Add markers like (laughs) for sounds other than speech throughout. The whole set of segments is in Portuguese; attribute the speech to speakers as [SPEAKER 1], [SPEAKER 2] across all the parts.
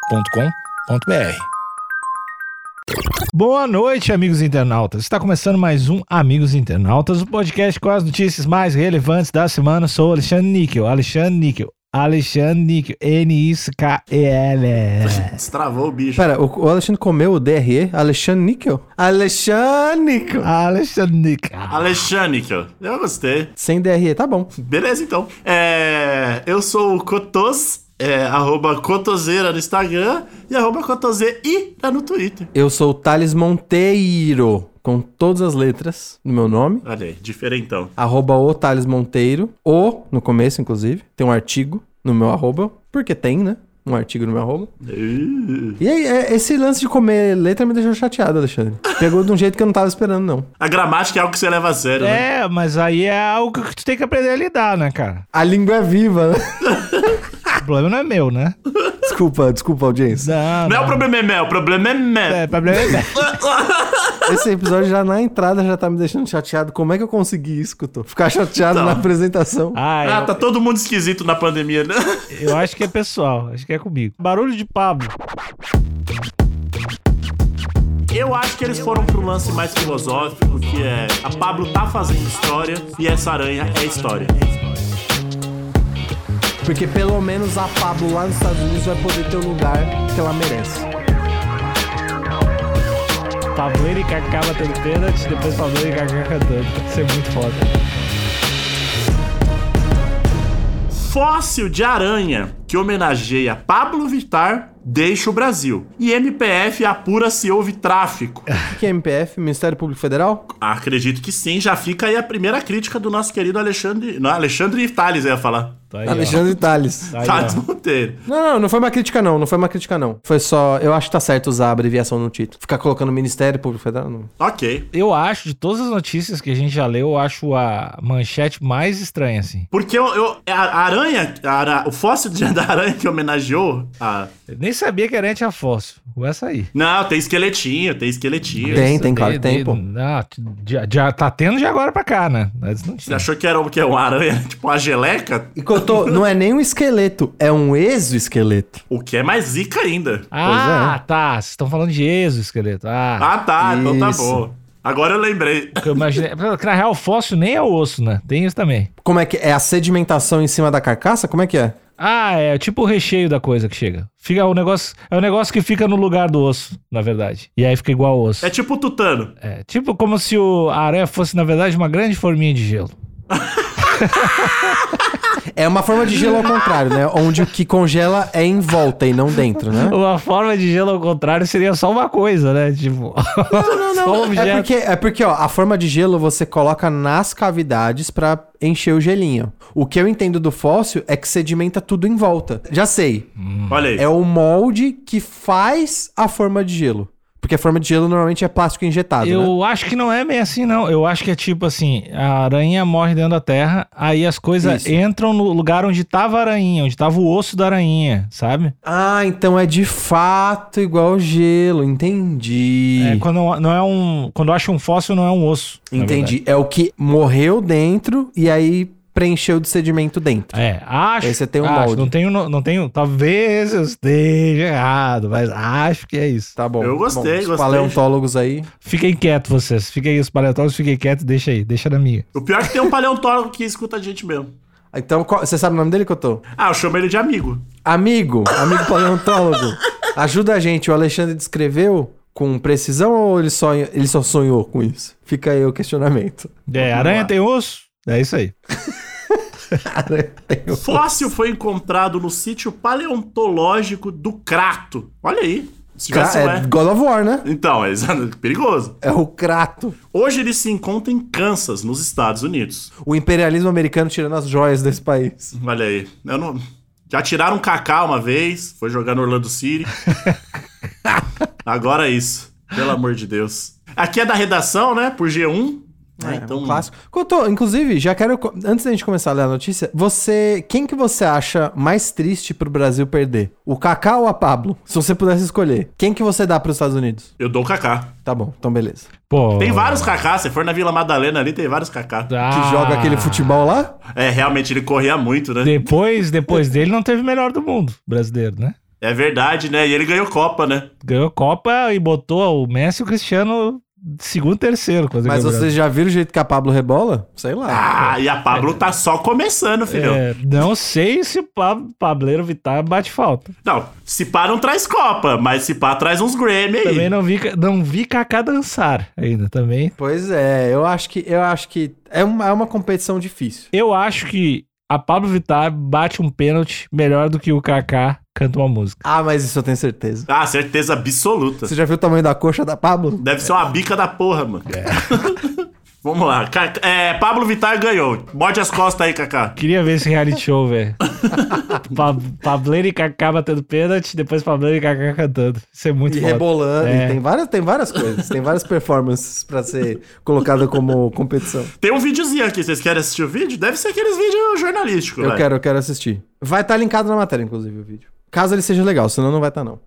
[SPEAKER 1] agenciadepodcast.com.br.
[SPEAKER 2] Boa noite, amigos internautas. Está começando mais um Amigos Internautas, o podcast com as notícias mais relevantes da semana. Sou Alexandre Níquel, Alexandre Níquel, Alexandre Níquel, N-I-S-K-E-L.
[SPEAKER 3] Destravou o bicho.
[SPEAKER 4] Pera, o o Alexandre comeu o DRE? Alexandre Níquel? Alexandre Níquel!
[SPEAKER 2] Alexandre Níquel.
[SPEAKER 3] (laughs) Alexandre, que eu- eu gostei.
[SPEAKER 4] Sem DRE, tá bom.
[SPEAKER 3] Beleza, então. É, eu sou o Cotos, é, arroba Cotoseira no Instagram e arroba Cotoseira no Twitter.
[SPEAKER 4] Eu sou o Thales Monteiro, com todas as letras no meu nome.
[SPEAKER 3] Olha aí, diferentão.
[SPEAKER 4] Arroba o Thales Monteiro. O, no começo, inclusive, tem um artigo no meu arroba. Porque tem, né? Um artigo no meu arroba.
[SPEAKER 3] Uh,
[SPEAKER 4] E aí, é- esse lance de comer letra me deixou chateado, Alexandre. Pegou de um jeito que eu não tava esperando, não.
[SPEAKER 3] A gramática é algo que você leva a sério, né?
[SPEAKER 2] É, mas aí é algo que tu tem que aprender a lidar, né, cara?
[SPEAKER 4] A língua é viva, né? (laughs)
[SPEAKER 2] O problema não é meu, né?
[SPEAKER 4] Desculpa, desculpa, audiência.
[SPEAKER 2] Não,
[SPEAKER 3] Não é o problema é mel, o problema é mel.
[SPEAKER 2] É, o problema é meu.
[SPEAKER 4] Esse episódio já na entrada já tá me deixando chateado. Como é que eu consegui isso, Couto? Ficar chateado na apresentação.
[SPEAKER 2] Então. Ah, eu-
[SPEAKER 3] Ah, tá todo mundo esquisito na pandemia, né? (laughs)
[SPEAKER 2] Eu acho que é pessoal, acho que é comigo. Barulho de Pablo.
[SPEAKER 3] Eu acho que eles foram pro lance mais filosófico, que é a Pablo tá fazendo história e essa aranha é história.
[SPEAKER 4] Porque pelo menos a Pablo lá nos Estados Unidos vai poder ter o lugar que ela merece.
[SPEAKER 2] Pablo e Kaká batendo pênalti, né? depois Pablo e Kaká cantando. Isso é muito foda.
[SPEAKER 3] Fóssil de aranha que homenageia Pablo Vittar deixa o Brasil. E MPF apura se houve
[SPEAKER 2] (laughs)
[SPEAKER 3] tráfico.
[SPEAKER 4] O que é MPF? Ministério Público Federal?
[SPEAKER 3] Acredito que sim, já fica aí a primeira crítica do nosso querido Alexandre. Não, Alexandre Tales, eu ia falar.
[SPEAKER 2] Tá aí, ó.
[SPEAKER 4] Alexandre Tales.
[SPEAKER 2] Tá aí,
[SPEAKER 3] Tales
[SPEAKER 2] ó.
[SPEAKER 3] Monteiro.
[SPEAKER 4] Não, não, não foi uma crítica não, não foi uma crítica não. Foi só, eu acho que tá certo usar a abreviação no título. Ficar colocando Ministério Público Federal não.
[SPEAKER 3] Ok.
[SPEAKER 2] Eu acho, de todas as notícias que a gente já leu, eu acho a manchete mais estranha, assim.
[SPEAKER 3] Porque eu, eu- é a a aranha, a ara- o fóssil de- (laughs) da aranha que homenageou. A...
[SPEAKER 2] Eu nem sabia que era antiafóssil. Com essa tá aí.
[SPEAKER 3] Não, tem esqueletinho, tem esqueletinho.
[SPEAKER 4] Tem,
[SPEAKER 2] Isso,
[SPEAKER 4] tem, claro,
[SPEAKER 2] de-
[SPEAKER 4] tem,
[SPEAKER 2] de-
[SPEAKER 4] pô.
[SPEAKER 2] Ah, já, já tá tendo de agora pra cá, né? Mas não
[SPEAKER 3] Você
[SPEAKER 4] é.
[SPEAKER 2] tinha.
[SPEAKER 3] achou que era o que? Uma aranha, (laughs) tipo uma geleca?
[SPEAKER 4] E (laughs) Cotô, não é nem um esqueleto, é um exoesqueleto.
[SPEAKER 3] O que é mais zica ainda.
[SPEAKER 2] Ah, tá. Vocês estão falando de exo, esqueleto. Ah,
[SPEAKER 3] Ah, tá, então tá
[SPEAKER 4] Isso.
[SPEAKER 3] bom. Agora eu lembrei.
[SPEAKER 4] Ah.
[SPEAKER 2] que eu imaginei. Porque, Na real, fóssil nem é osso, né? Tem isso também.
[SPEAKER 4] Como é que é a sedimentação em cima da carcaça? Como é que é?
[SPEAKER 2] Ah, é tipo o recheio da coisa que chega. Fica o negócio, é o negócio que fica no lugar do osso, na verdade. E aí fica igual ao osso.
[SPEAKER 3] É tipo o tutano.
[SPEAKER 2] É, tipo como se o a aranha fosse, na verdade, uma grande forminha de gelo.
[SPEAKER 4] É uma forma de gelo ao contrário, né? Onde o que congela é em volta e não dentro, né?
[SPEAKER 2] Uma forma de gelo ao contrário seria só uma coisa, né? Tipo, (laughs) não, não, só um objeto.
[SPEAKER 4] É porque, é porque, ó, a forma de gelo você coloca nas cavidades pra encher o gelinho. O que eu entendo do fóssil é que sedimenta tudo em volta. Já sei.
[SPEAKER 3] Olha aí.
[SPEAKER 4] É o molde que faz a forma de gelo. Porque a forma de gelo normalmente é plástico injetado, né?
[SPEAKER 2] Eu acho que não é bem assim, não. Eu acho que é tipo assim, a aranha morre dentro da terra, aí as coisas
[SPEAKER 4] Isso.
[SPEAKER 2] entram no lugar onde tava a aranha, onde tava o osso da aranha, sabe?
[SPEAKER 4] Ah, então é de fato igual gelo. Entendi.
[SPEAKER 2] É, quando não é um, quando acha um fóssil não é um osso. na verdade.
[SPEAKER 4] Entendi. É o que morreu dentro e aí preencheu de sedimento dentro.
[SPEAKER 2] É, acho.
[SPEAKER 4] Aí você tem um
[SPEAKER 2] acho,
[SPEAKER 4] molde.
[SPEAKER 2] Não tenho, no- não tenho. Talvez eu esteja errado, mas acho que é isso.
[SPEAKER 4] Tá bom.
[SPEAKER 3] Eu gostei,
[SPEAKER 4] os
[SPEAKER 3] gostei.
[SPEAKER 4] Paleontólogos aí.
[SPEAKER 2] Fiquem quietos vocês. Fiquem aí os paleontólogos, fiquem quietos, deixa aí, deixa na minha.
[SPEAKER 3] O pior é que tem um paleontólogo que escuta a gente mesmo.
[SPEAKER 4] Então, qual- você sabe o nome dele que eu tô?
[SPEAKER 3] Ah, eu chamo ele de amigo.
[SPEAKER 4] Amigo,
[SPEAKER 3] (laughs)
[SPEAKER 4] amigo paleontólogo, ajuda a gente. O Alexandre descreveu com precisão ou ele só, ele só sonhou com isso? Fica aí o questionamento.
[SPEAKER 2] É, aranha tem osso? É isso aí.
[SPEAKER 3] Fóssil foi encontrado no sítio paleontológico do Crato. Olha aí. Se já
[SPEAKER 4] Cra-
[SPEAKER 3] se
[SPEAKER 4] é
[SPEAKER 3] é.
[SPEAKER 4] God of War, né?
[SPEAKER 3] Então, é exa- (laughs) perigoso.
[SPEAKER 4] É o Crato.
[SPEAKER 3] Hoje ele se encontra em Kansas, nos Estados Unidos.
[SPEAKER 4] O imperialismo americano tirando as joias desse país.
[SPEAKER 3] Olha aí. Eu não... Já tiraram o Kaká uma vez, foi jogar no Orlando
[SPEAKER 4] (laughs)
[SPEAKER 3] City. Agora é isso. Pelo amor de Deus. Aqui é da redação, né? Por G1. né?
[SPEAKER 4] É,
[SPEAKER 3] então,
[SPEAKER 4] um clássico. Couto, inclusive, já quero. co- Antes da gente começar a ler a notícia, você. Quem que você acha mais triste pro Brasil perder? O Kaká ou a Pablo? Se você pudesse escolher. Quem que você dá pros Estados Unidos?
[SPEAKER 3] eu dou Kaká.
[SPEAKER 4] Tá bom, então beleza.
[SPEAKER 2] Pô.
[SPEAKER 3] Tem vários Kaká, se for na Vila Madalena ali, tem vários Kaká.
[SPEAKER 4] Que
[SPEAKER 2] Ah,
[SPEAKER 4] joga aquele futebol lá?
[SPEAKER 3] É, realmente ele corria muito, né?
[SPEAKER 2] Depois, depois dele não teve o melhor do mundo brasileiro, né?
[SPEAKER 3] É verdade, né? E ele ganhou Copa, né?
[SPEAKER 2] Ganhou Copa e botou o Messi e o Cristiano segundo, terceiro. quando
[SPEAKER 4] Mas
[SPEAKER 2] ganhou o
[SPEAKER 4] vocês já viram o jeito que a Pablo rebola? Sei lá.
[SPEAKER 3] Ah, e a Pablo tá só começando, filhão.
[SPEAKER 2] É, não sei se o Pa- Pableiro Vittar bate falta.
[SPEAKER 3] Não, se pá não traz Copa, mas se pá traz uns Grammy aí.
[SPEAKER 2] Também não vi, não vi Kaká dançar ainda também.
[SPEAKER 4] Pois é, eu acho que. Eu acho que. É uma, é uma competição difícil.
[SPEAKER 2] Eu acho que a Pablo Vittar bate um pênalti melhor do que o Kaká canta uma música.
[SPEAKER 4] Ah, mas isso eu tenho certeza.
[SPEAKER 3] Ah, certeza absoluta.
[SPEAKER 4] Você já viu o tamanho da coxa da Pablo?
[SPEAKER 3] Deve ser uma bica da porra, mano.
[SPEAKER 2] É.
[SPEAKER 3] (laughs) Vamos lá. Ca- É, Pablo Vittar ganhou. Morde as costas aí, Kaká.
[SPEAKER 2] Queria ver esse reality show,
[SPEAKER 4] (laughs)
[SPEAKER 2] velho. pa Pableiro e Kaká batendo pênalti, depois Pableiro e Kaká cantando. Isso é muito
[SPEAKER 4] E
[SPEAKER 2] foda.
[SPEAKER 4] rebolando.
[SPEAKER 2] É.
[SPEAKER 4] e tem, várias, tem várias coisas. tem várias performances pra ser colocada como competição.
[SPEAKER 3] Tem um videozinho aqui, vocês querem assistir o vídeo? Deve ser aqueles vídeos jornalísticos,
[SPEAKER 4] Eu
[SPEAKER 3] vai.
[SPEAKER 4] quero, eu quero assistir. Vai estar linkado na matéria, inclusive, o vídeo. Caso ele seja legal, senão não vai estar, não.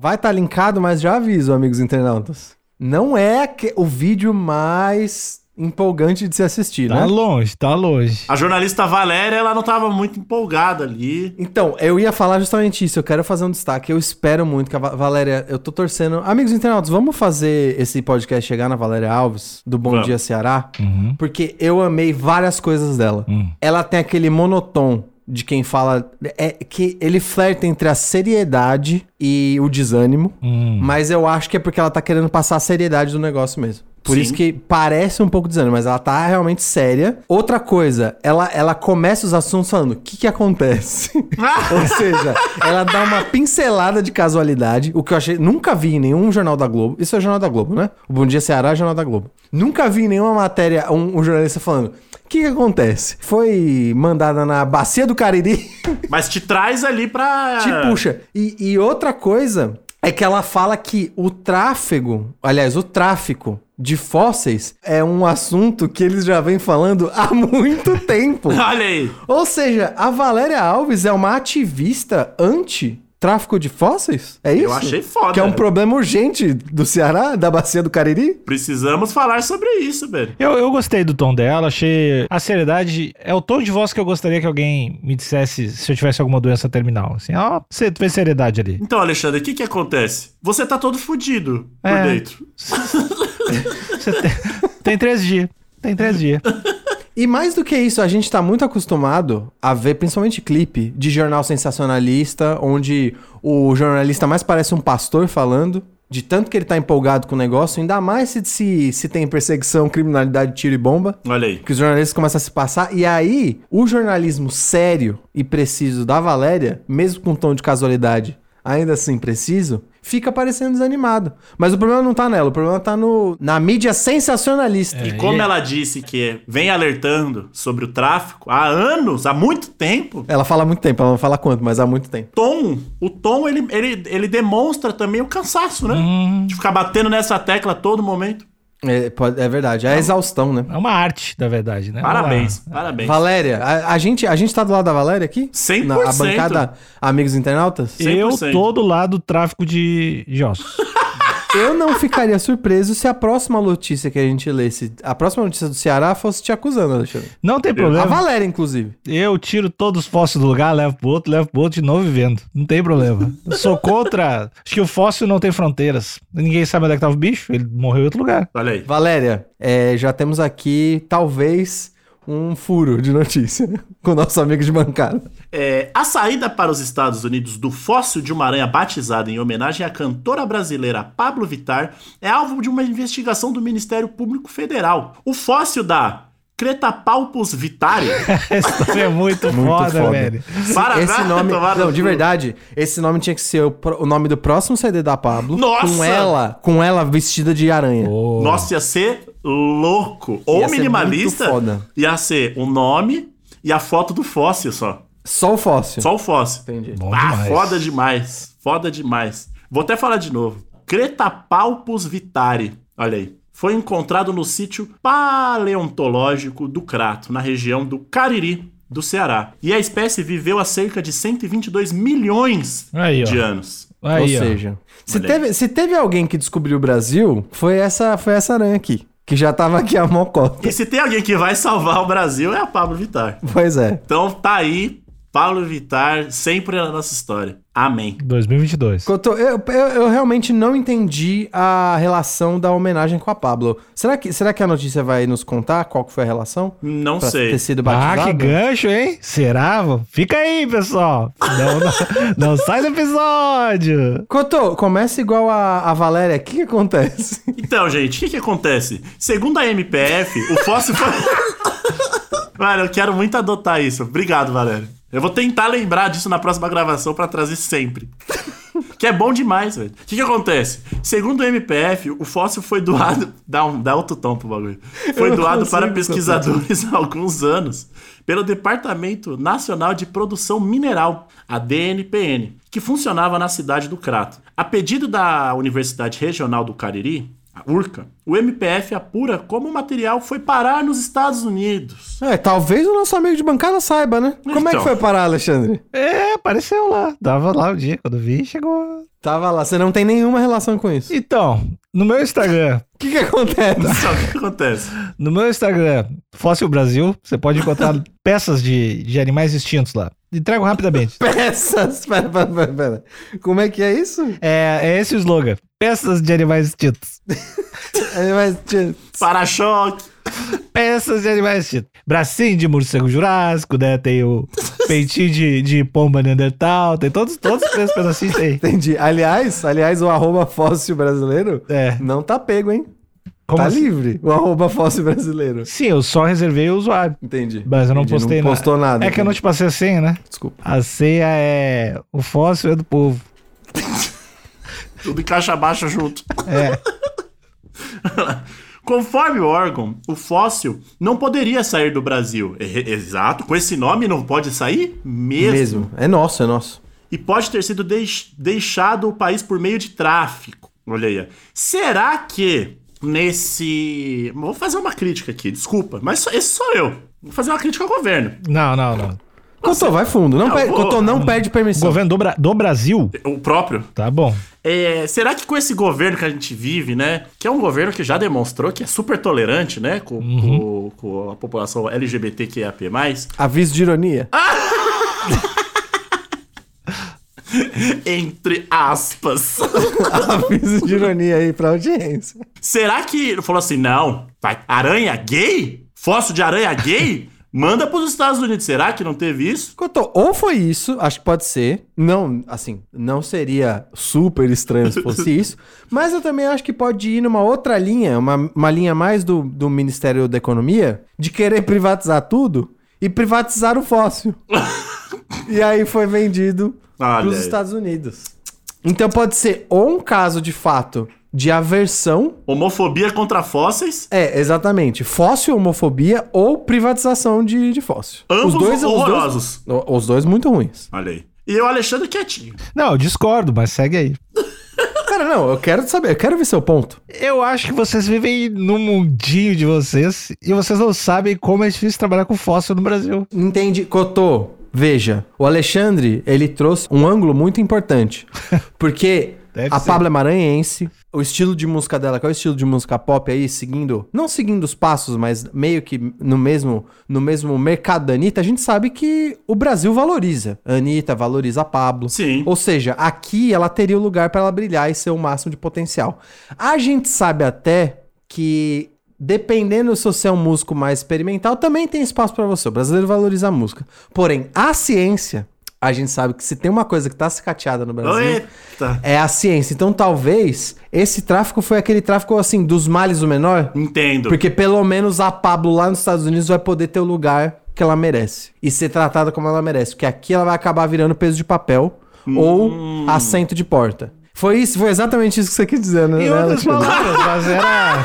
[SPEAKER 4] Vai estar linkado, mas já aviso, amigos internautas. Não é que- o vídeo mais empolgante de se assistir,
[SPEAKER 2] Tá
[SPEAKER 4] né?
[SPEAKER 2] longe, tá longe.
[SPEAKER 3] A jornalista Valéria, ela não tava muito empolgada ali.
[SPEAKER 4] Então, eu ia falar justamente isso. Eu quero fazer um destaque. Eu espero muito que a Va- Valéria. Eu tô torcendo. Amigos internautas, vamos fazer esse podcast chegar na Valéria Alves, do Bom
[SPEAKER 3] Vamos.
[SPEAKER 4] Dia Ceará?
[SPEAKER 2] Uhum.
[SPEAKER 4] Porque eu amei várias coisas dela.
[SPEAKER 2] Hum.
[SPEAKER 4] Ela tem aquele monotom de quem fala. É que ele flerta entre a seriedade e o desânimo.
[SPEAKER 2] Hum.
[SPEAKER 4] Mas eu acho que é porque ela tá querendo passar a seriedade do negócio mesmo. Por
[SPEAKER 3] Sim.
[SPEAKER 4] isso que parece um pouco desânimo, mas ela tá realmente séria. Outra coisa, ela, ela começa os assuntos falando o que que acontece. Ou seja, ela dá uma pincelada de casualidade, o que eu achei. Nunca vi em nenhum jornal da Globo. Isso é jornal da Globo, né? O Bom Dia Ceará é jornal da Globo. Nunca vi em nenhuma matéria um, um jornalista falando. O que, que acontece? Foi mandada na Bacia do Cariri. (laughs)
[SPEAKER 3] Mas te traz ali pra.
[SPEAKER 4] Te puxa. E, e outra coisa é que ela fala que o tráfego, aliás, o tráfico de fósseis é um assunto que eles já vêm falando (laughs) há muito
[SPEAKER 3] (laughs)
[SPEAKER 4] tempo.
[SPEAKER 3] Olha aí.
[SPEAKER 4] Ou seja, a Valéria Alves é uma ativista anti tráfico de fósseis? É isso?
[SPEAKER 3] Eu achei foda.
[SPEAKER 4] Que é um problema urgente do Ceará, da bacia do Cariri?
[SPEAKER 3] Precisamos falar sobre isso, velho.
[SPEAKER 2] Eu, eu gostei do tom dela, achei. A seriedade é o tom de voz que eu gostaria que alguém me dissesse se eu tivesse alguma doença terminal. Assim, ó, você vê seriedade
[SPEAKER 4] (laughs)
[SPEAKER 2] ali.
[SPEAKER 3] Então, Alexandre, o que que acontece? Você tá todo fudido por
[SPEAKER 2] É.
[SPEAKER 3] dentro.
[SPEAKER 2] Você tem, tem três dias. Tem três dias.
[SPEAKER 4] E mais do que isso, a gente tá muito acostumado a ver, principalmente clipe, de jornal sensacionalista, onde o jornalista mais parece um pastor falando, de tanto que ele tá empolgado com o negócio, ainda mais se, se, se tem perseguição, criminalidade, tiro e bomba,
[SPEAKER 3] Olha aí.
[SPEAKER 4] que os jornalistas começam a se passar. E aí, o jornalismo sério e preciso da Valéria, mesmo com um tom de casualidade ainda assim preciso, fica parecendo desanimado. Mas o problema não tá nela, o problema tá no, na mídia sensacionalista.
[SPEAKER 3] E como
[SPEAKER 2] e-
[SPEAKER 3] ela disse que vem alertando sobre o tráfico há anos, há muito tempo,
[SPEAKER 4] Ela fala há muito tempo, ela não fala quanto, mas há muito tempo.
[SPEAKER 3] tom, o tom, ele, ele, ele demonstra também o cansaço, né? De ficar batendo nessa tecla a todo momento.
[SPEAKER 4] É, pode- é verdade, é a exaustão, né?
[SPEAKER 2] É uma arte, na verdade, né?
[SPEAKER 3] Parabéns, parabéns.
[SPEAKER 4] Valéria, a, a gente, a gente tá do lado da Valéria aqui?
[SPEAKER 3] 100%.
[SPEAKER 4] Na a bancada Amigos Internautas?
[SPEAKER 2] Uma... Eu
[SPEAKER 3] 100%.
[SPEAKER 2] tô do lado do tráfico de de ossos.
[SPEAKER 4] Eu não ficaria surpreso se a próxima notícia que a gente lesse, a próxima notícia do Ceará fosse te acusando, Alexandre.
[SPEAKER 2] Não tem
[SPEAKER 4] A
[SPEAKER 2] problema.
[SPEAKER 4] Valéria, inclusive.
[SPEAKER 2] Eu tiro todos os fósseis do lugar, levo pro outro, levo pro outro de novo e vendo. Não tem problema. Eu
[SPEAKER 4] (laughs)
[SPEAKER 2] sou contra. Acho que o fóssil não tem fronteiras. Ninguém sabe onde é que tava o bicho. Ele morreu em outro lugar. (laughs)
[SPEAKER 3] Olha aí.
[SPEAKER 4] Valéria, é, já temos aqui, talvez, um furo de notícia (laughs) com o nosso amigo de bancada.
[SPEAKER 3] É, a saída para os Estados Unidos do fóssil de uma aranha batizada em homenagem à cantora brasileira Pablo Vittar é alvo de uma investigação do Ministério Público Federal. O fóssil da Cretapalpus
[SPEAKER 4] (laughs)
[SPEAKER 3] vitari,
[SPEAKER 2] Essa história é muito,
[SPEAKER 4] Muito
[SPEAKER 2] foda,
[SPEAKER 4] foda.
[SPEAKER 2] velho.
[SPEAKER 3] Paraná,
[SPEAKER 4] esse
[SPEAKER 3] (laughs)
[SPEAKER 4] nome,
[SPEAKER 3] tomara
[SPEAKER 4] não,
[SPEAKER 3] no
[SPEAKER 4] de
[SPEAKER 3] cu.
[SPEAKER 4] verdade, esse nome tinha que ser o, pro- o nome do próximo CD da Pablo.
[SPEAKER 3] Nossa!
[SPEAKER 4] Com ela, com ela vestida de aranha.
[SPEAKER 2] Oh.
[SPEAKER 3] Nossa, ia ser louco. Ou
[SPEAKER 4] Ia ser
[SPEAKER 3] minimalista,
[SPEAKER 4] muito foda.
[SPEAKER 3] ia ser o nome e a foto do fóssil só.
[SPEAKER 4] Só o fóssil.
[SPEAKER 3] Só o fóssil.
[SPEAKER 4] Entendi.
[SPEAKER 2] Bom
[SPEAKER 3] ah,
[SPEAKER 2] demais.
[SPEAKER 3] foda demais. Foda demais. Vou até falar de novo. Cretapalpus vitari. Olha aí. Foi encontrado no sítio paleontológico do Crato, na região do Cariri, do Ceará. E a espécie viveu há cerca de 122 milhões
[SPEAKER 2] Aí, ó.
[SPEAKER 3] de anos.
[SPEAKER 2] Aí,
[SPEAKER 4] Ou
[SPEAKER 2] ó.
[SPEAKER 4] seja, se
[SPEAKER 3] Olha aí.
[SPEAKER 4] teve, se teve alguém que descobriu o Brasil, foi essa, foi essa aranha aqui. Que já tava aqui a mocota.
[SPEAKER 3] E se tem alguém que vai salvar o Brasil é a Pablo Vittar.
[SPEAKER 4] (laughs) Pois é.
[SPEAKER 3] Então tá aí, Pablo Vittar sempre na nossa história. Amém.
[SPEAKER 2] 2022.
[SPEAKER 4] Cotô, Eu, eu, eu realmente não entendi a relação da homenagem com a Pablo. Será que, será que a notícia vai nos contar qual que foi a relação?
[SPEAKER 3] Não
[SPEAKER 4] Pra
[SPEAKER 3] sei.
[SPEAKER 4] ter sido
[SPEAKER 2] Ah,
[SPEAKER 4] batizado?
[SPEAKER 2] que gancho, hein? Será? Fica aí, pessoal. Não, não- não sai do episódio.
[SPEAKER 4] Cotô, começa igual a, a Valéria. O que, que acontece?
[SPEAKER 3] Então, gente, o que, que acontece? Segundo a MPF, o fóssil foi. Mano, eu quero muito adotar isso. Obrigado, Valério. Eu vou tentar lembrar disso na próxima gravação pra trazer sempre. Que é bom demais, velho. O que, que acontece? Segundo o MPF, o fóssil foi doado. (laughs) Dá, um, dá outro tom pro bagulho. Foi
[SPEAKER 4] não
[SPEAKER 3] doado
[SPEAKER 4] consigo,
[SPEAKER 3] para pesquisadores há alguns anos pelo Departamento Nacional de Produção Mineral, a DNPN, que funcionava na cidade do Crato. A pedido da Universidade Regional do Cariri, a URCA, o MPF apura como o material foi parar nos Estados Unidos.
[SPEAKER 4] É, talvez o nosso amigo de bancada saiba, né? Como é que
[SPEAKER 3] Então.
[SPEAKER 4] foi parar, Alexandre?
[SPEAKER 2] É, apareceu lá. Tava lá o dia quando vi, chegou.
[SPEAKER 4] Tava lá, você não tem nenhuma relação com isso.
[SPEAKER 2] Então, no meu Instagram,
[SPEAKER 4] O que, que acontece? (laughs)
[SPEAKER 3] (laughs) Só que o que acontece?
[SPEAKER 2] no meu Instagram, Fóssil Brasil, você pode
[SPEAKER 4] (laughs)
[SPEAKER 2] encontrar peças de, de animais extintos lá. Entrego rapidamente.
[SPEAKER 4] Peças! Pera, pera, pera, pera. Como é que é isso?
[SPEAKER 2] É, é esse o slogan. Peças de animais extintos.
[SPEAKER 4] É, mas, tchê,
[SPEAKER 3] Para-choque!
[SPEAKER 2] Peças de animais extintos. Bracinho de morcego jurássico, né? Tem o
[SPEAKER 4] (laughs)
[SPEAKER 2] peitinho de, de pomba neandertal. Tem todos, todos esses pedacinhos aí.
[SPEAKER 4] Entendi. Aliás, aliás, o arroba fóssil brasileiro
[SPEAKER 2] É.
[SPEAKER 4] não tá pego, hein?
[SPEAKER 2] Como
[SPEAKER 4] tá
[SPEAKER 2] assim?
[SPEAKER 4] livre, o arroba fóssil brasileiro.
[SPEAKER 2] Sim, eu só reservei o usuário.
[SPEAKER 4] Entendi.
[SPEAKER 2] Mas eu não
[SPEAKER 4] Entendi,
[SPEAKER 2] postei
[SPEAKER 4] Não
[SPEAKER 2] nada.
[SPEAKER 4] postou nada.
[SPEAKER 2] É que eu não te passei a senha, né?
[SPEAKER 4] Desculpa.
[SPEAKER 2] A senha é. O fóssil é do povo.
[SPEAKER 3] Tudo em caixa baixa junto.
[SPEAKER 2] É.
[SPEAKER 3] (laughs) Conforme o órgão, o fóssil não poderia sair do Brasil. E- Exato, com esse nome não pode sair mesmo.
[SPEAKER 4] Mesmo. É nosso, é nosso.
[SPEAKER 3] E pode ter sido deix- deixado o país por meio de tráfico. Olha aí. ó. Será que nesse. Vou fazer uma crítica aqui, desculpa, mas só- esse sou eu. Vou fazer uma crítica ao governo.
[SPEAKER 2] Não, não, não.
[SPEAKER 4] Cotô, vai fundo. Não,
[SPEAKER 3] Não,
[SPEAKER 4] pede,
[SPEAKER 3] vou-
[SPEAKER 4] Cotô, não pede
[SPEAKER 2] O
[SPEAKER 4] permissão.
[SPEAKER 2] governo do, Bra- do Brasil?
[SPEAKER 3] O próprio.
[SPEAKER 2] Tá bom.
[SPEAKER 3] É, será que com esse governo que a gente vive, né? Que é um governo que já demonstrou que é super tolerante, né? Com, com- com a população LGBTQIAP.
[SPEAKER 4] Aviso de ironia.
[SPEAKER 3] (laughs)
[SPEAKER 2] Ah!
[SPEAKER 3] Entre aspas.
[SPEAKER 4] (laughs)
[SPEAKER 3] (laughs)
[SPEAKER 4] Aviso de ironia aí pra audiência.
[SPEAKER 3] Será que falou assim, não, vai, aranha gay? Fóssil de aranha gay? Manda pros Estados Unidos. Será que não teve isso?
[SPEAKER 4] Cotô, ou foi isso, acho que pode ser. Não, assim, não seria super estranho
[SPEAKER 3] (laughs)
[SPEAKER 4] se fosse isso. Mas eu também acho que pode ir numa outra linha, uma, uma linha mais do, do Ministério da Economia, de querer privatizar tudo e privatizar
[SPEAKER 3] (laughs)
[SPEAKER 4] o fóssil. e aí foi vendido
[SPEAKER 3] Olha
[SPEAKER 4] pros
[SPEAKER 3] aí.
[SPEAKER 4] Estados Unidos. Então pode ser ou um caso de fato de aversão.
[SPEAKER 3] Homofobia contra fósseis?
[SPEAKER 4] É, exatamente. Fóssil, homofobia ou privatização de, de fóssil.
[SPEAKER 3] Ambos
[SPEAKER 4] Os dois,
[SPEAKER 3] horrorosos.
[SPEAKER 4] o- os dois muito ruins.
[SPEAKER 3] Olha aí. E o Alexandre quietinho.
[SPEAKER 2] Não, eu discordo, mas segue aí.
[SPEAKER 4] Cara, não, eu quero saber, eu quero ver seu ponto.
[SPEAKER 2] Eu acho que vocês vivem no mundinho de vocês e vocês não sabem como é difícil trabalhar com fóssil no Brasil.
[SPEAKER 4] Entende, Cotô? Veja, o Alexandre, ele trouxe um ângulo muito (laughs) importante. Porque
[SPEAKER 2] Deve
[SPEAKER 4] a
[SPEAKER 2] ser.
[SPEAKER 4] Pablo é maranhense, o estilo de música dela, que é o estilo de música pop aí, seguindo, não seguindo os passos, mas meio que no mesmo, no mesmo mercado da Anitta, a gente sabe que o Brasil valoriza. A Anitta valoriza a Pablo.
[SPEAKER 3] Sim.
[SPEAKER 4] Ou seja, aqui ela teria o lugar para ela brilhar e ser o máximo de potencial. A gente sabe até que dependendo se você é um músico mais experimental, também tem espaço para você. O brasileiro valoriza a música. Porém, a ciência, a gente sabe que se tem uma coisa que tá sucateada no Brasil,
[SPEAKER 3] Eita.
[SPEAKER 4] é a ciência. Então, talvez esse tráfico foi aquele tráfico assim dos males o menor,
[SPEAKER 3] Entendo.
[SPEAKER 4] porque pelo menos a Pablo lá nos Estados Unidos vai poder ter o lugar que ela merece e ser tratada como ela merece, porque aqui ela vai acabar virando peso de papel ou assento de porta. Foi isso, foi exatamente isso que você quis dizer, né?
[SPEAKER 2] Em
[SPEAKER 4] né,
[SPEAKER 2] outras
[SPEAKER 4] Alexandre?
[SPEAKER 2] palavras, (laughs) mas era.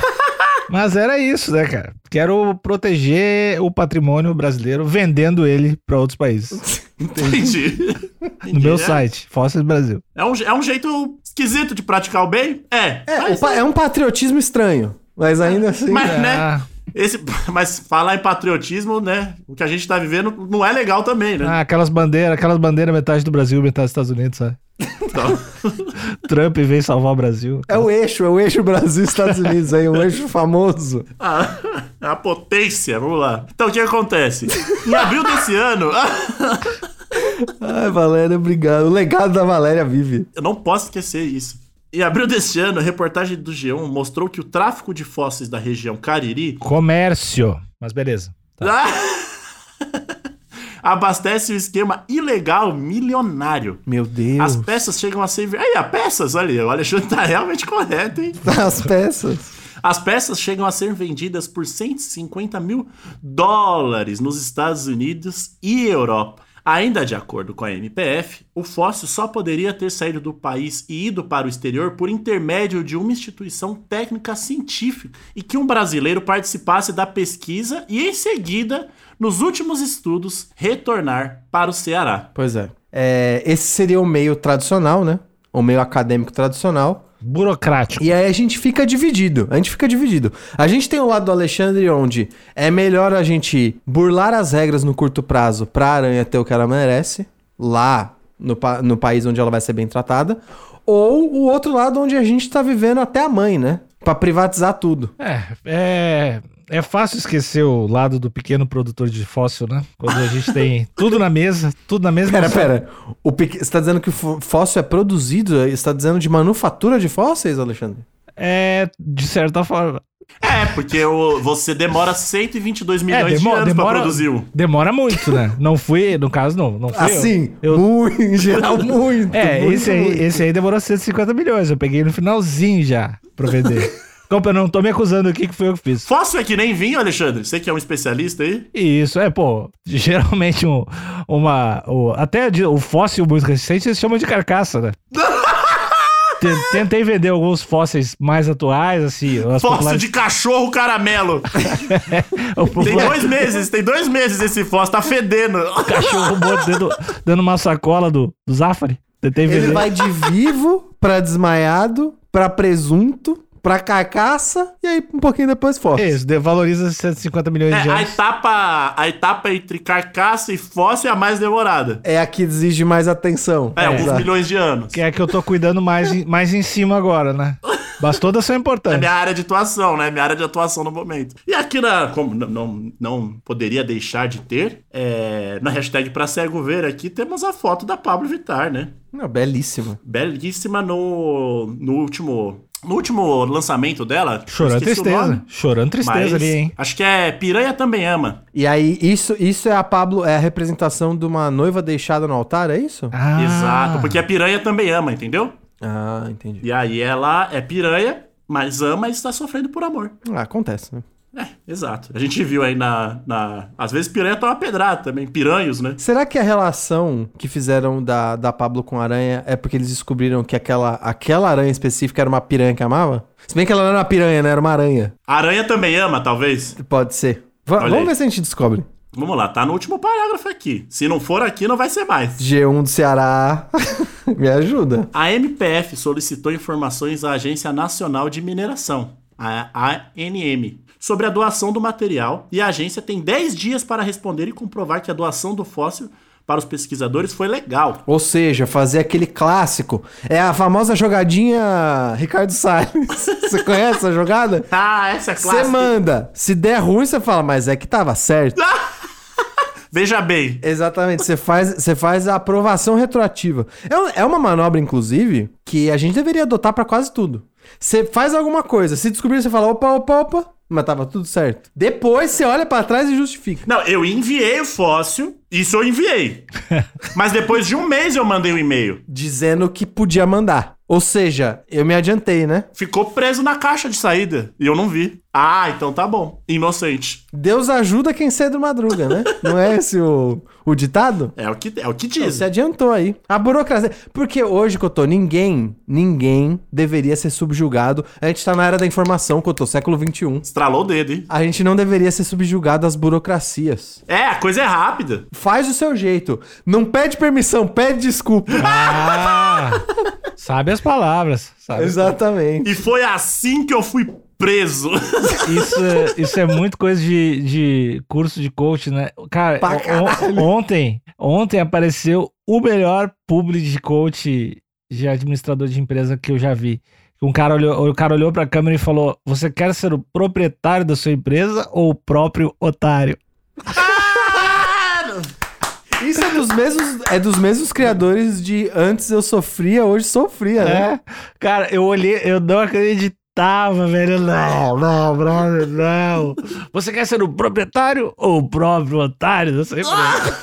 [SPEAKER 2] Mas era isso, né, cara? Quero proteger o patrimônio brasileiro vendendo ele para outros países.
[SPEAKER 3] Entendi.
[SPEAKER 2] No
[SPEAKER 3] Entendi,
[SPEAKER 2] meu
[SPEAKER 3] é.
[SPEAKER 2] site, Fósseis Brasil.
[SPEAKER 3] É um, é um jeito esquisito de praticar o bem? É.
[SPEAKER 4] É,
[SPEAKER 3] mas,
[SPEAKER 4] o pa- é um patriotismo estranho, mas ainda assim.
[SPEAKER 3] mas,
[SPEAKER 2] É,
[SPEAKER 3] né?
[SPEAKER 2] ah,
[SPEAKER 3] Esse, (laughs) mas falar em patriotismo, né? O que a gente tá vivendo não é legal também, né?
[SPEAKER 2] ah, aquelas bandeiras, aquelas bandeiras, metade do Brasil, metade dos Estados Unidos, sabe?
[SPEAKER 3] Então, (laughs)
[SPEAKER 2] Trump veio salvar o Brasil.
[SPEAKER 4] É o eixo, é o eixo Brasil-Estados Unidos aí, o eixo famoso.
[SPEAKER 3] ah, a potência, vamos lá. Então, o que acontece? Em abril desse ano, (laughs)
[SPEAKER 4] Ai, Valéria, obrigado. O legado da Valéria vive.
[SPEAKER 3] eu não posso esquecer isso. Em abril deste ano, a reportagem do G1 mostrou que o tráfico de fósseis da região Cariri
[SPEAKER 2] Comércio. Mas beleza.
[SPEAKER 3] (laughs) abastece um esquema ilegal milionário.
[SPEAKER 4] Meu
[SPEAKER 3] As
[SPEAKER 4] Deus.
[SPEAKER 3] peças chegam a ser. Aí, as peças, olha, aí, o Alexandre tá (laughs) realmente correto, hein?
[SPEAKER 4] (laughs) As, peças.
[SPEAKER 3] As peças chegam a ser vendidas por 150 mil dólares nos Estados Unidos e Europa. Ainda de acordo com a MPF, o fóssil só poderia ter saído do país e ido para o exterior por intermédio de uma instituição técnica científica e que um brasileiro participasse da pesquisa e, em seguida, nos últimos estudos, retornar para o Ceará.
[SPEAKER 4] Pois é. É, Esse seria o meio tradicional, né? O meio acadêmico tradicional.
[SPEAKER 2] Burocrático.
[SPEAKER 4] E aí a gente fica dividido. A gente fica dividido. A gente tem o lado do Alexandre onde é melhor a gente burlar as regras no curto prazo pra aranha ter o que ela merece, lá no, pa- no país onde ela vai ser bem tratada, ou o outro lado onde a gente tá vivendo até a mãe, né? Pra privatizar tudo.
[SPEAKER 2] É, é, é fácil esquecer o lado do pequeno produtor de fóssil, né? Quando a gente
[SPEAKER 4] (laughs)
[SPEAKER 2] tem tudo na mesa, tudo na mesma.
[SPEAKER 4] (laughs) Pera, pera. O pequ- Você tá dizendo que o fó- fóssil é produzido? Você tá dizendo de manufatura de fósseis, Alexandre?
[SPEAKER 2] É, de certa forma.
[SPEAKER 3] É, porque o- você demora 122 milhões
[SPEAKER 2] É, demora-
[SPEAKER 3] de anos para
[SPEAKER 2] demora-
[SPEAKER 3] produzir um.
[SPEAKER 2] Demora muito, né? Não fui, no caso, não. não fui eu.
[SPEAKER 4] Assim,
[SPEAKER 2] eu-
[SPEAKER 4] muito, (laughs) em geral, muito.
[SPEAKER 2] É,
[SPEAKER 4] muito,
[SPEAKER 2] esse, aí,
[SPEAKER 4] muito.
[SPEAKER 2] esse aí demorou 150 milhões. Eu peguei no finalzinho já pra
[SPEAKER 4] (laughs)
[SPEAKER 2] vender. então, eu não tô me acusando aqui que foi eu que fiz.
[SPEAKER 3] Fóssil é que nem vinho, Alexandre? Você que é um especialista aí?
[SPEAKER 2] E Isso, é, pô, (laughs) geralmente um, uma. o- até de- o fóssil muito recente eles chamam de carcaça,
[SPEAKER 3] (laughs)
[SPEAKER 2] né? Ten- Tentei vender alguns fósseis mais atuais, assim. As
[SPEAKER 3] Fóssil
[SPEAKER 2] populares-
[SPEAKER 3] de cachorro caramelo.
[SPEAKER 2] (laughs) o
[SPEAKER 3] Tem
[SPEAKER 2] popular-
[SPEAKER 3] dois meses, tem dois meses esse fóssil, tá fedendo.
[SPEAKER 2] cachorro morto dentro, dando uma sacola do, do Zafari. Tentei vender.
[SPEAKER 4] Ele vai de vivo pra desmaiado, pra presunto, pra carcaça e aí um pouquinho depois fóssil.
[SPEAKER 2] Isso, valoriza 150 milhões de
[SPEAKER 3] É, a
[SPEAKER 2] anos.
[SPEAKER 3] etapa, a etapa entre carcaça e fóssil é a mais demorada.
[SPEAKER 4] É a que exige mais atenção.
[SPEAKER 3] É, alguns
[SPEAKER 4] Exato.
[SPEAKER 3] milhões de anos.
[SPEAKER 2] Que é que eu tô cuidando mais, em- mais em cima agora, né? Mas todas são
[SPEAKER 3] (laughs) É
[SPEAKER 2] importantes.
[SPEAKER 3] minha área de atuação, né? Minha área de atuação no momento. E aqui na. Como não, não, não poderia deixar de ter, é, na hashtag pra cego ver aqui, temos a foto da Pablo Vittar, né?
[SPEAKER 4] Não, belíssima.
[SPEAKER 3] Belíssima no, no último. No último lançamento dela.
[SPEAKER 2] Chorando
[SPEAKER 3] esqueci o
[SPEAKER 2] tristeza.
[SPEAKER 3] nome,
[SPEAKER 2] Chorando tristeza
[SPEAKER 3] mas
[SPEAKER 2] ali, hein?
[SPEAKER 3] Acho que é Piranha também ama.
[SPEAKER 4] E aí, isso, isso é a Pablo, é a representação de uma noiva deixada no altar, é isso?
[SPEAKER 2] Ah,
[SPEAKER 3] Exato, porque a piranha também ama, entendeu?
[SPEAKER 4] Ah, entendi.
[SPEAKER 3] E aí ela é piranha, mas ama e está sofrendo por amor.
[SPEAKER 4] Ah, acontece, né?
[SPEAKER 3] É, exato. A gente viu aí na. na... Às vezes piranha tá uma pedrada também. Piranhos, né?
[SPEAKER 4] Será que a relação que fizeram da, da Pablo com a aranha é porque eles descobriram que aquela, aquela aranha específica era uma piranha que amava? Se bem que ela não era uma piranha, né? Era uma aranha.
[SPEAKER 3] Aranha também ama, talvez.
[SPEAKER 4] Pode ser. Va-
[SPEAKER 3] Olha aí.
[SPEAKER 4] vamos ver se a gente descobre.
[SPEAKER 3] Vamos lá, tá no último parágrafo aqui. Se não for aqui, não vai ser mais.
[SPEAKER 4] G1 do Ceará. (laughs) Me ajuda.
[SPEAKER 3] A MPF solicitou informações à Agência Nacional de Mineração, a ANM, sobre a doação do material e a agência tem 10 dias para responder e comprovar que a doação do fóssil para os pesquisadores foi legal.
[SPEAKER 4] Ou seja, fazer aquele clássico. É a famosa jogadinha Ricardo Salles. Você conhece essa jogada?
[SPEAKER 3] Ah, essa é
[SPEAKER 4] Você
[SPEAKER 3] clássica.
[SPEAKER 4] manda. Se der ruim, você fala, mas é que tava certo.
[SPEAKER 3] Veja bem.
[SPEAKER 4] Exatamente, você faz, você faz a aprovação retroativa. É, um- é uma manobra, inclusive, que a gente deveria adotar pra quase tudo. Você faz alguma coisa, se descobrir, você fala, opa, opa, opa, mas tava tudo certo. Depois você olha pra trás e justifica.
[SPEAKER 3] Não, eu enviei o fóssil, isso eu enviei. Mas depois de um mês eu mandei o e-mail.
[SPEAKER 4] Dizendo que podia mandar. Ou seja, eu me adiantei, né?
[SPEAKER 3] Ficou preso na caixa de saída e eu não vi. Ah, então tá bom. Inocente.
[SPEAKER 4] Deus ajuda quem cedo madruga, né? Não é esse o, o ditado?
[SPEAKER 3] É o que, é o que
[SPEAKER 4] Não,
[SPEAKER 3] diz.
[SPEAKER 4] Se adiantou aí. A burocracia. Porque hoje, Cotô, ninguém, ninguém deveria ser subjugado. A gente tá na era da informação, Cotô, século um. XXI.
[SPEAKER 3] Estralou o dedo, hein?
[SPEAKER 4] A gente não deveria ser subjugado às burocracias.
[SPEAKER 3] É, a coisa é rápida.
[SPEAKER 4] Faz do seu jeito. Não pede permissão, pede desculpa.
[SPEAKER 2] Ah, sabe as palavras. Sabe
[SPEAKER 4] Exatamente.
[SPEAKER 3] E foi assim que eu fui preso.
[SPEAKER 2] Isso, é- isso é muito coisa de, de curso de coach, né? Cara,
[SPEAKER 4] Pra
[SPEAKER 2] o- o- ontem, ontem apareceu o melhor publi de coach de administrador de empresa que eu já vi. Um cara olhou, o cara olhou pra câmera e falou: Você quer ser o proprietário da sua empresa ou o próprio otário?
[SPEAKER 4] Isso é dos mesmos, é dos mesmos criadores de antes eu sofria, hoje sofria, né?
[SPEAKER 2] É. Cara, eu olhei, eu não acreditava, velho. Não, não, brother, não. Você quer ser o proprietário ou o próprio otário da sua
[SPEAKER 4] (laughs)
[SPEAKER 2] empresa?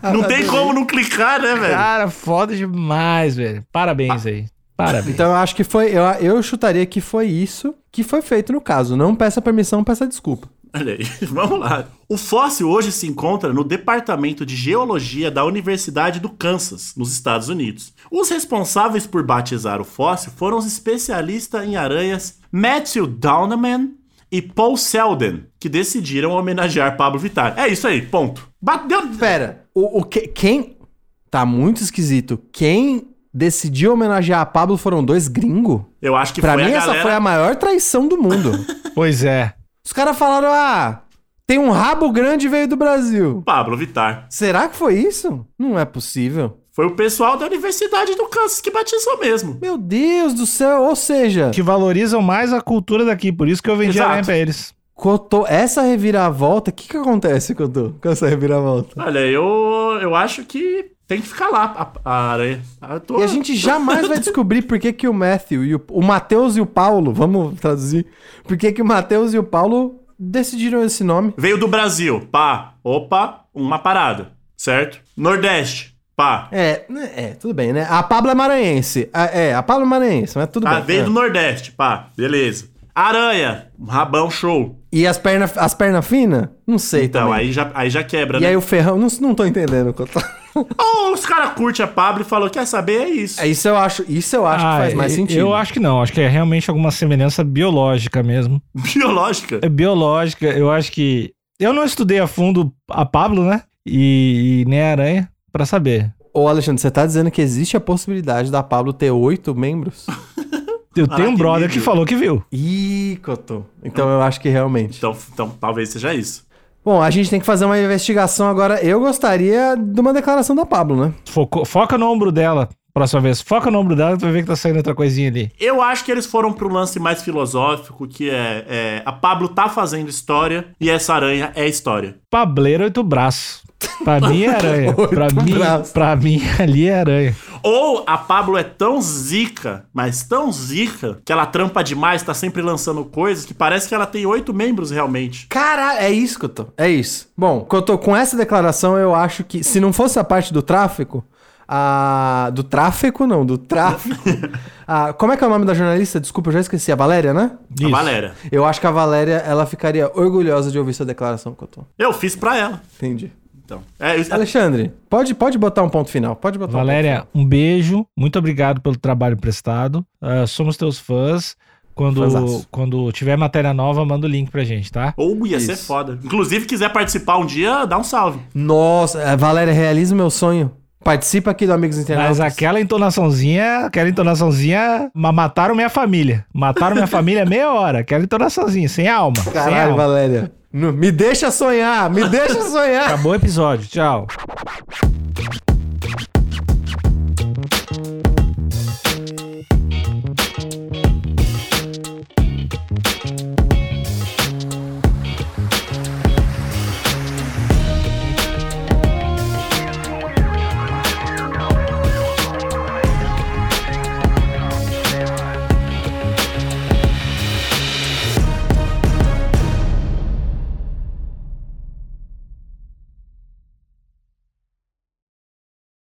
[SPEAKER 4] Ah,
[SPEAKER 3] Não tem
[SPEAKER 4] tá
[SPEAKER 3] como não clicar, né, velho?
[SPEAKER 2] Cara, foda demais, velho. Parabéns aí. Parabéns.
[SPEAKER 4] Então eu acho que foi. Eu, eu chutaria que foi isso que foi feito no caso. Não peça permissão, peça desculpa.
[SPEAKER 3] Olha aí, (laughs) vamos lá. O fóssil hoje se encontra no Departamento de Geologia da Universidade do Kansas, nos Estados Unidos. Os responsáveis por batizar o fóssil foram os especialistas em aranhas Matthew Downeman e Paul Selden, que decidiram homenagear Pablo Vittar. É isso aí, ponto. Bateu.
[SPEAKER 4] Pera, o, o que, quem. Tá muito esquisito. Quem decidiu homenagear a Pablo foram dois gringos?
[SPEAKER 3] Eu acho que
[SPEAKER 4] Pra
[SPEAKER 3] foi
[SPEAKER 4] mim,
[SPEAKER 3] a
[SPEAKER 4] essa
[SPEAKER 3] galera.
[SPEAKER 4] foi a maior traição
[SPEAKER 3] (laughs)
[SPEAKER 4] do mundo.
[SPEAKER 2] Pois é.
[SPEAKER 4] Os caras falaram: ah, tem um rabo grande e veio do Brasil.
[SPEAKER 3] Pablo Vittar.
[SPEAKER 4] Será que foi isso? Não é possível.
[SPEAKER 3] Foi o pessoal da Universidade do Kansas que batizou mesmo.
[SPEAKER 4] Meu Deus do céu, ou seja,
[SPEAKER 2] Que valorizam mais a cultura daqui, por isso que eu vendi
[SPEAKER 3] Exato.
[SPEAKER 2] aranha pra eles.
[SPEAKER 4] Cotô, essa reviravolta, o que, que acontece, Cotô, com essa reviravolta?
[SPEAKER 3] Olha, eu, eu acho que tem que ficar lá a, a aranha. Eu tô-
[SPEAKER 4] E a gente jamais vai descobrir por que, que o Matthew e o, o Matheus e o Paulo, vamos traduzir, por que, que o Matheus e o Paulo decidiram esse nome.
[SPEAKER 3] Veio do Brasil, pá. Opa, uma parada, certo? Nordeste, pá.
[SPEAKER 4] É, né, é, tudo bem, né? A Pablo é maranhense. A- é, a Pablo é maranhense, mas tudo
[SPEAKER 3] Ah,
[SPEAKER 4] bem.
[SPEAKER 3] veio
[SPEAKER 4] é.
[SPEAKER 3] do Nordeste, pá. Beleza. Aranha, um rabão show.
[SPEAKER 4] E as pernas as perna finas? Não sei
[SPEAKER 3] Então,
[SPEAKER 4] também.
[SPEAKER 3] aí já, aí já quebra,
[SPEAKER 4] E
[SPEAKER 3] né?
[SPEAKER 4] aí o ferrão, não, não tô entendendo, Cotô.
[SPEAKER 3] Ou os caras curtem a Pablo e falam, quer saber? É isso.
[SPEAKER 4] É, Isso eu acho, isso eu acho
[SPEAKER 2] Ah,
[SPEAKER 4] que faz mais
[SPEAKER 2] eu-
[SPEAKER 4] sentido.
[SPEAKER 2] Eu acho que não. Acho que é realmente alguma semelhança biológica mesmo.
[SPEAKER 3] (laughs) Biológica.
[SPEAKER 2] É biológica. Eu acho que. Eu não estudei a fundo a Pablo, né? E, e nem a aranha, pra saber.
[SPEAKER 4] Ô, Alexandre, você tá dizendo que existe a possibilidade da Pablo ter oito membros?
[SPEAKER 2] Eu
[SPEAKER 3] Ah,
[SPEAKER 2] tenho um
[SPEAKER 3] que
[SPEAKER 2] brother
[SPEAKER 3] nível.
[SPEAKER 2] que falou que viu.
[SPEAKER 4] Ih, Cotô. Então eu acho que realmente.
[SPEAKER 3] Então, então, talvez seja isso.
[SPEAKER 4] Bom, a gente tem que fazer uma investigação agora. Eu gostaria de uma declaração da Pablo, né?
[SPEAKER 2] Focou- foca no ombro dela, próxima vez. Foca no ombro dela, tu vai ver que tá saindo outra coisinha ali.
[SPEAKER 3] Eu acho que eles foram pro lance mais filosófico, que é, é, a Pablo tá fazendo história e essa aranha é história.
[SPEAKER 2] Pableiro oito braços. Pra mim é aranha. pra,
[SPEAKER 4] (laughs) Oito
[SPEAKER 2] mim,
[SPEAKER 4] braços.
[SPEAKER 2] pra mim (laughs) ali é aranha.
[SPEAKER 3] Ou a Pablo é tão zica, mas tão zica, que ela trampa demais, tá sempre lançando coisas, que parece que ela tem oito membros realmente.
[SPEAKER 4] Caralho, é isso que eu tô. É isso. Bom, que eu tô com essa declaração, eu acho que se não fosse a parte do tráfico, a do tráfico não, do (laughs) tráfico. a- como é que é o nome da jornalista? Desculpa, eu já esqueci, a Valéria, né?
[SPEAKER 3] A
[SPEAKER 2] Isso.
[SPEAKER 3] Valéria.
[SPEAKER 4] Eu acho que a Valéria, ela ficaria orgulhosa de ouvir sua declaração, que eu tô.
[SPEAKER 3] Eu fiz pra ela.
[SPEAKER 4] Entendi.
[SPEAKER 3] Então. É, isso-
[SPEAKER 4] Alexandre, pode, pode botar um ponto final. Pode botar
[SPEAKER 2] Valéria, um beijo. Muito obrigado pelo trabalho prestado. Ah, somos teus fãs. Quando,
[SPEAKER 4] Fãzaço.
[SPEAKER 2] quando tiver matéria nova, manda o link pra gente, tá?
[SPEAKER 3] Ou ia ser
[SPEAKER 4] Isso.
[SPEAKER 3] foda. Inclusive, quiser participar um dia, dá um salve.
[SPEAKER 4] um ponto. Nossa, a Valéria, realiza o meu sonho. Participa aqui do Amigos Internautas.
[SPEAKER 2] Mas aquela entonaçãozinha, aquela entonaçãozinha, ma- mataram minha família. Mataram minha família meia hora. Aquela entonaçãozinha, sem alma. sem
[SPEAKER 4] Caralho,
[SPEAKER 2] alma.
[SPEAKER 4] Valéria. Não- Me deixa sonhar, me deixa sonhar.
[SPEAKER 2] Acabou o episódio. Tchau.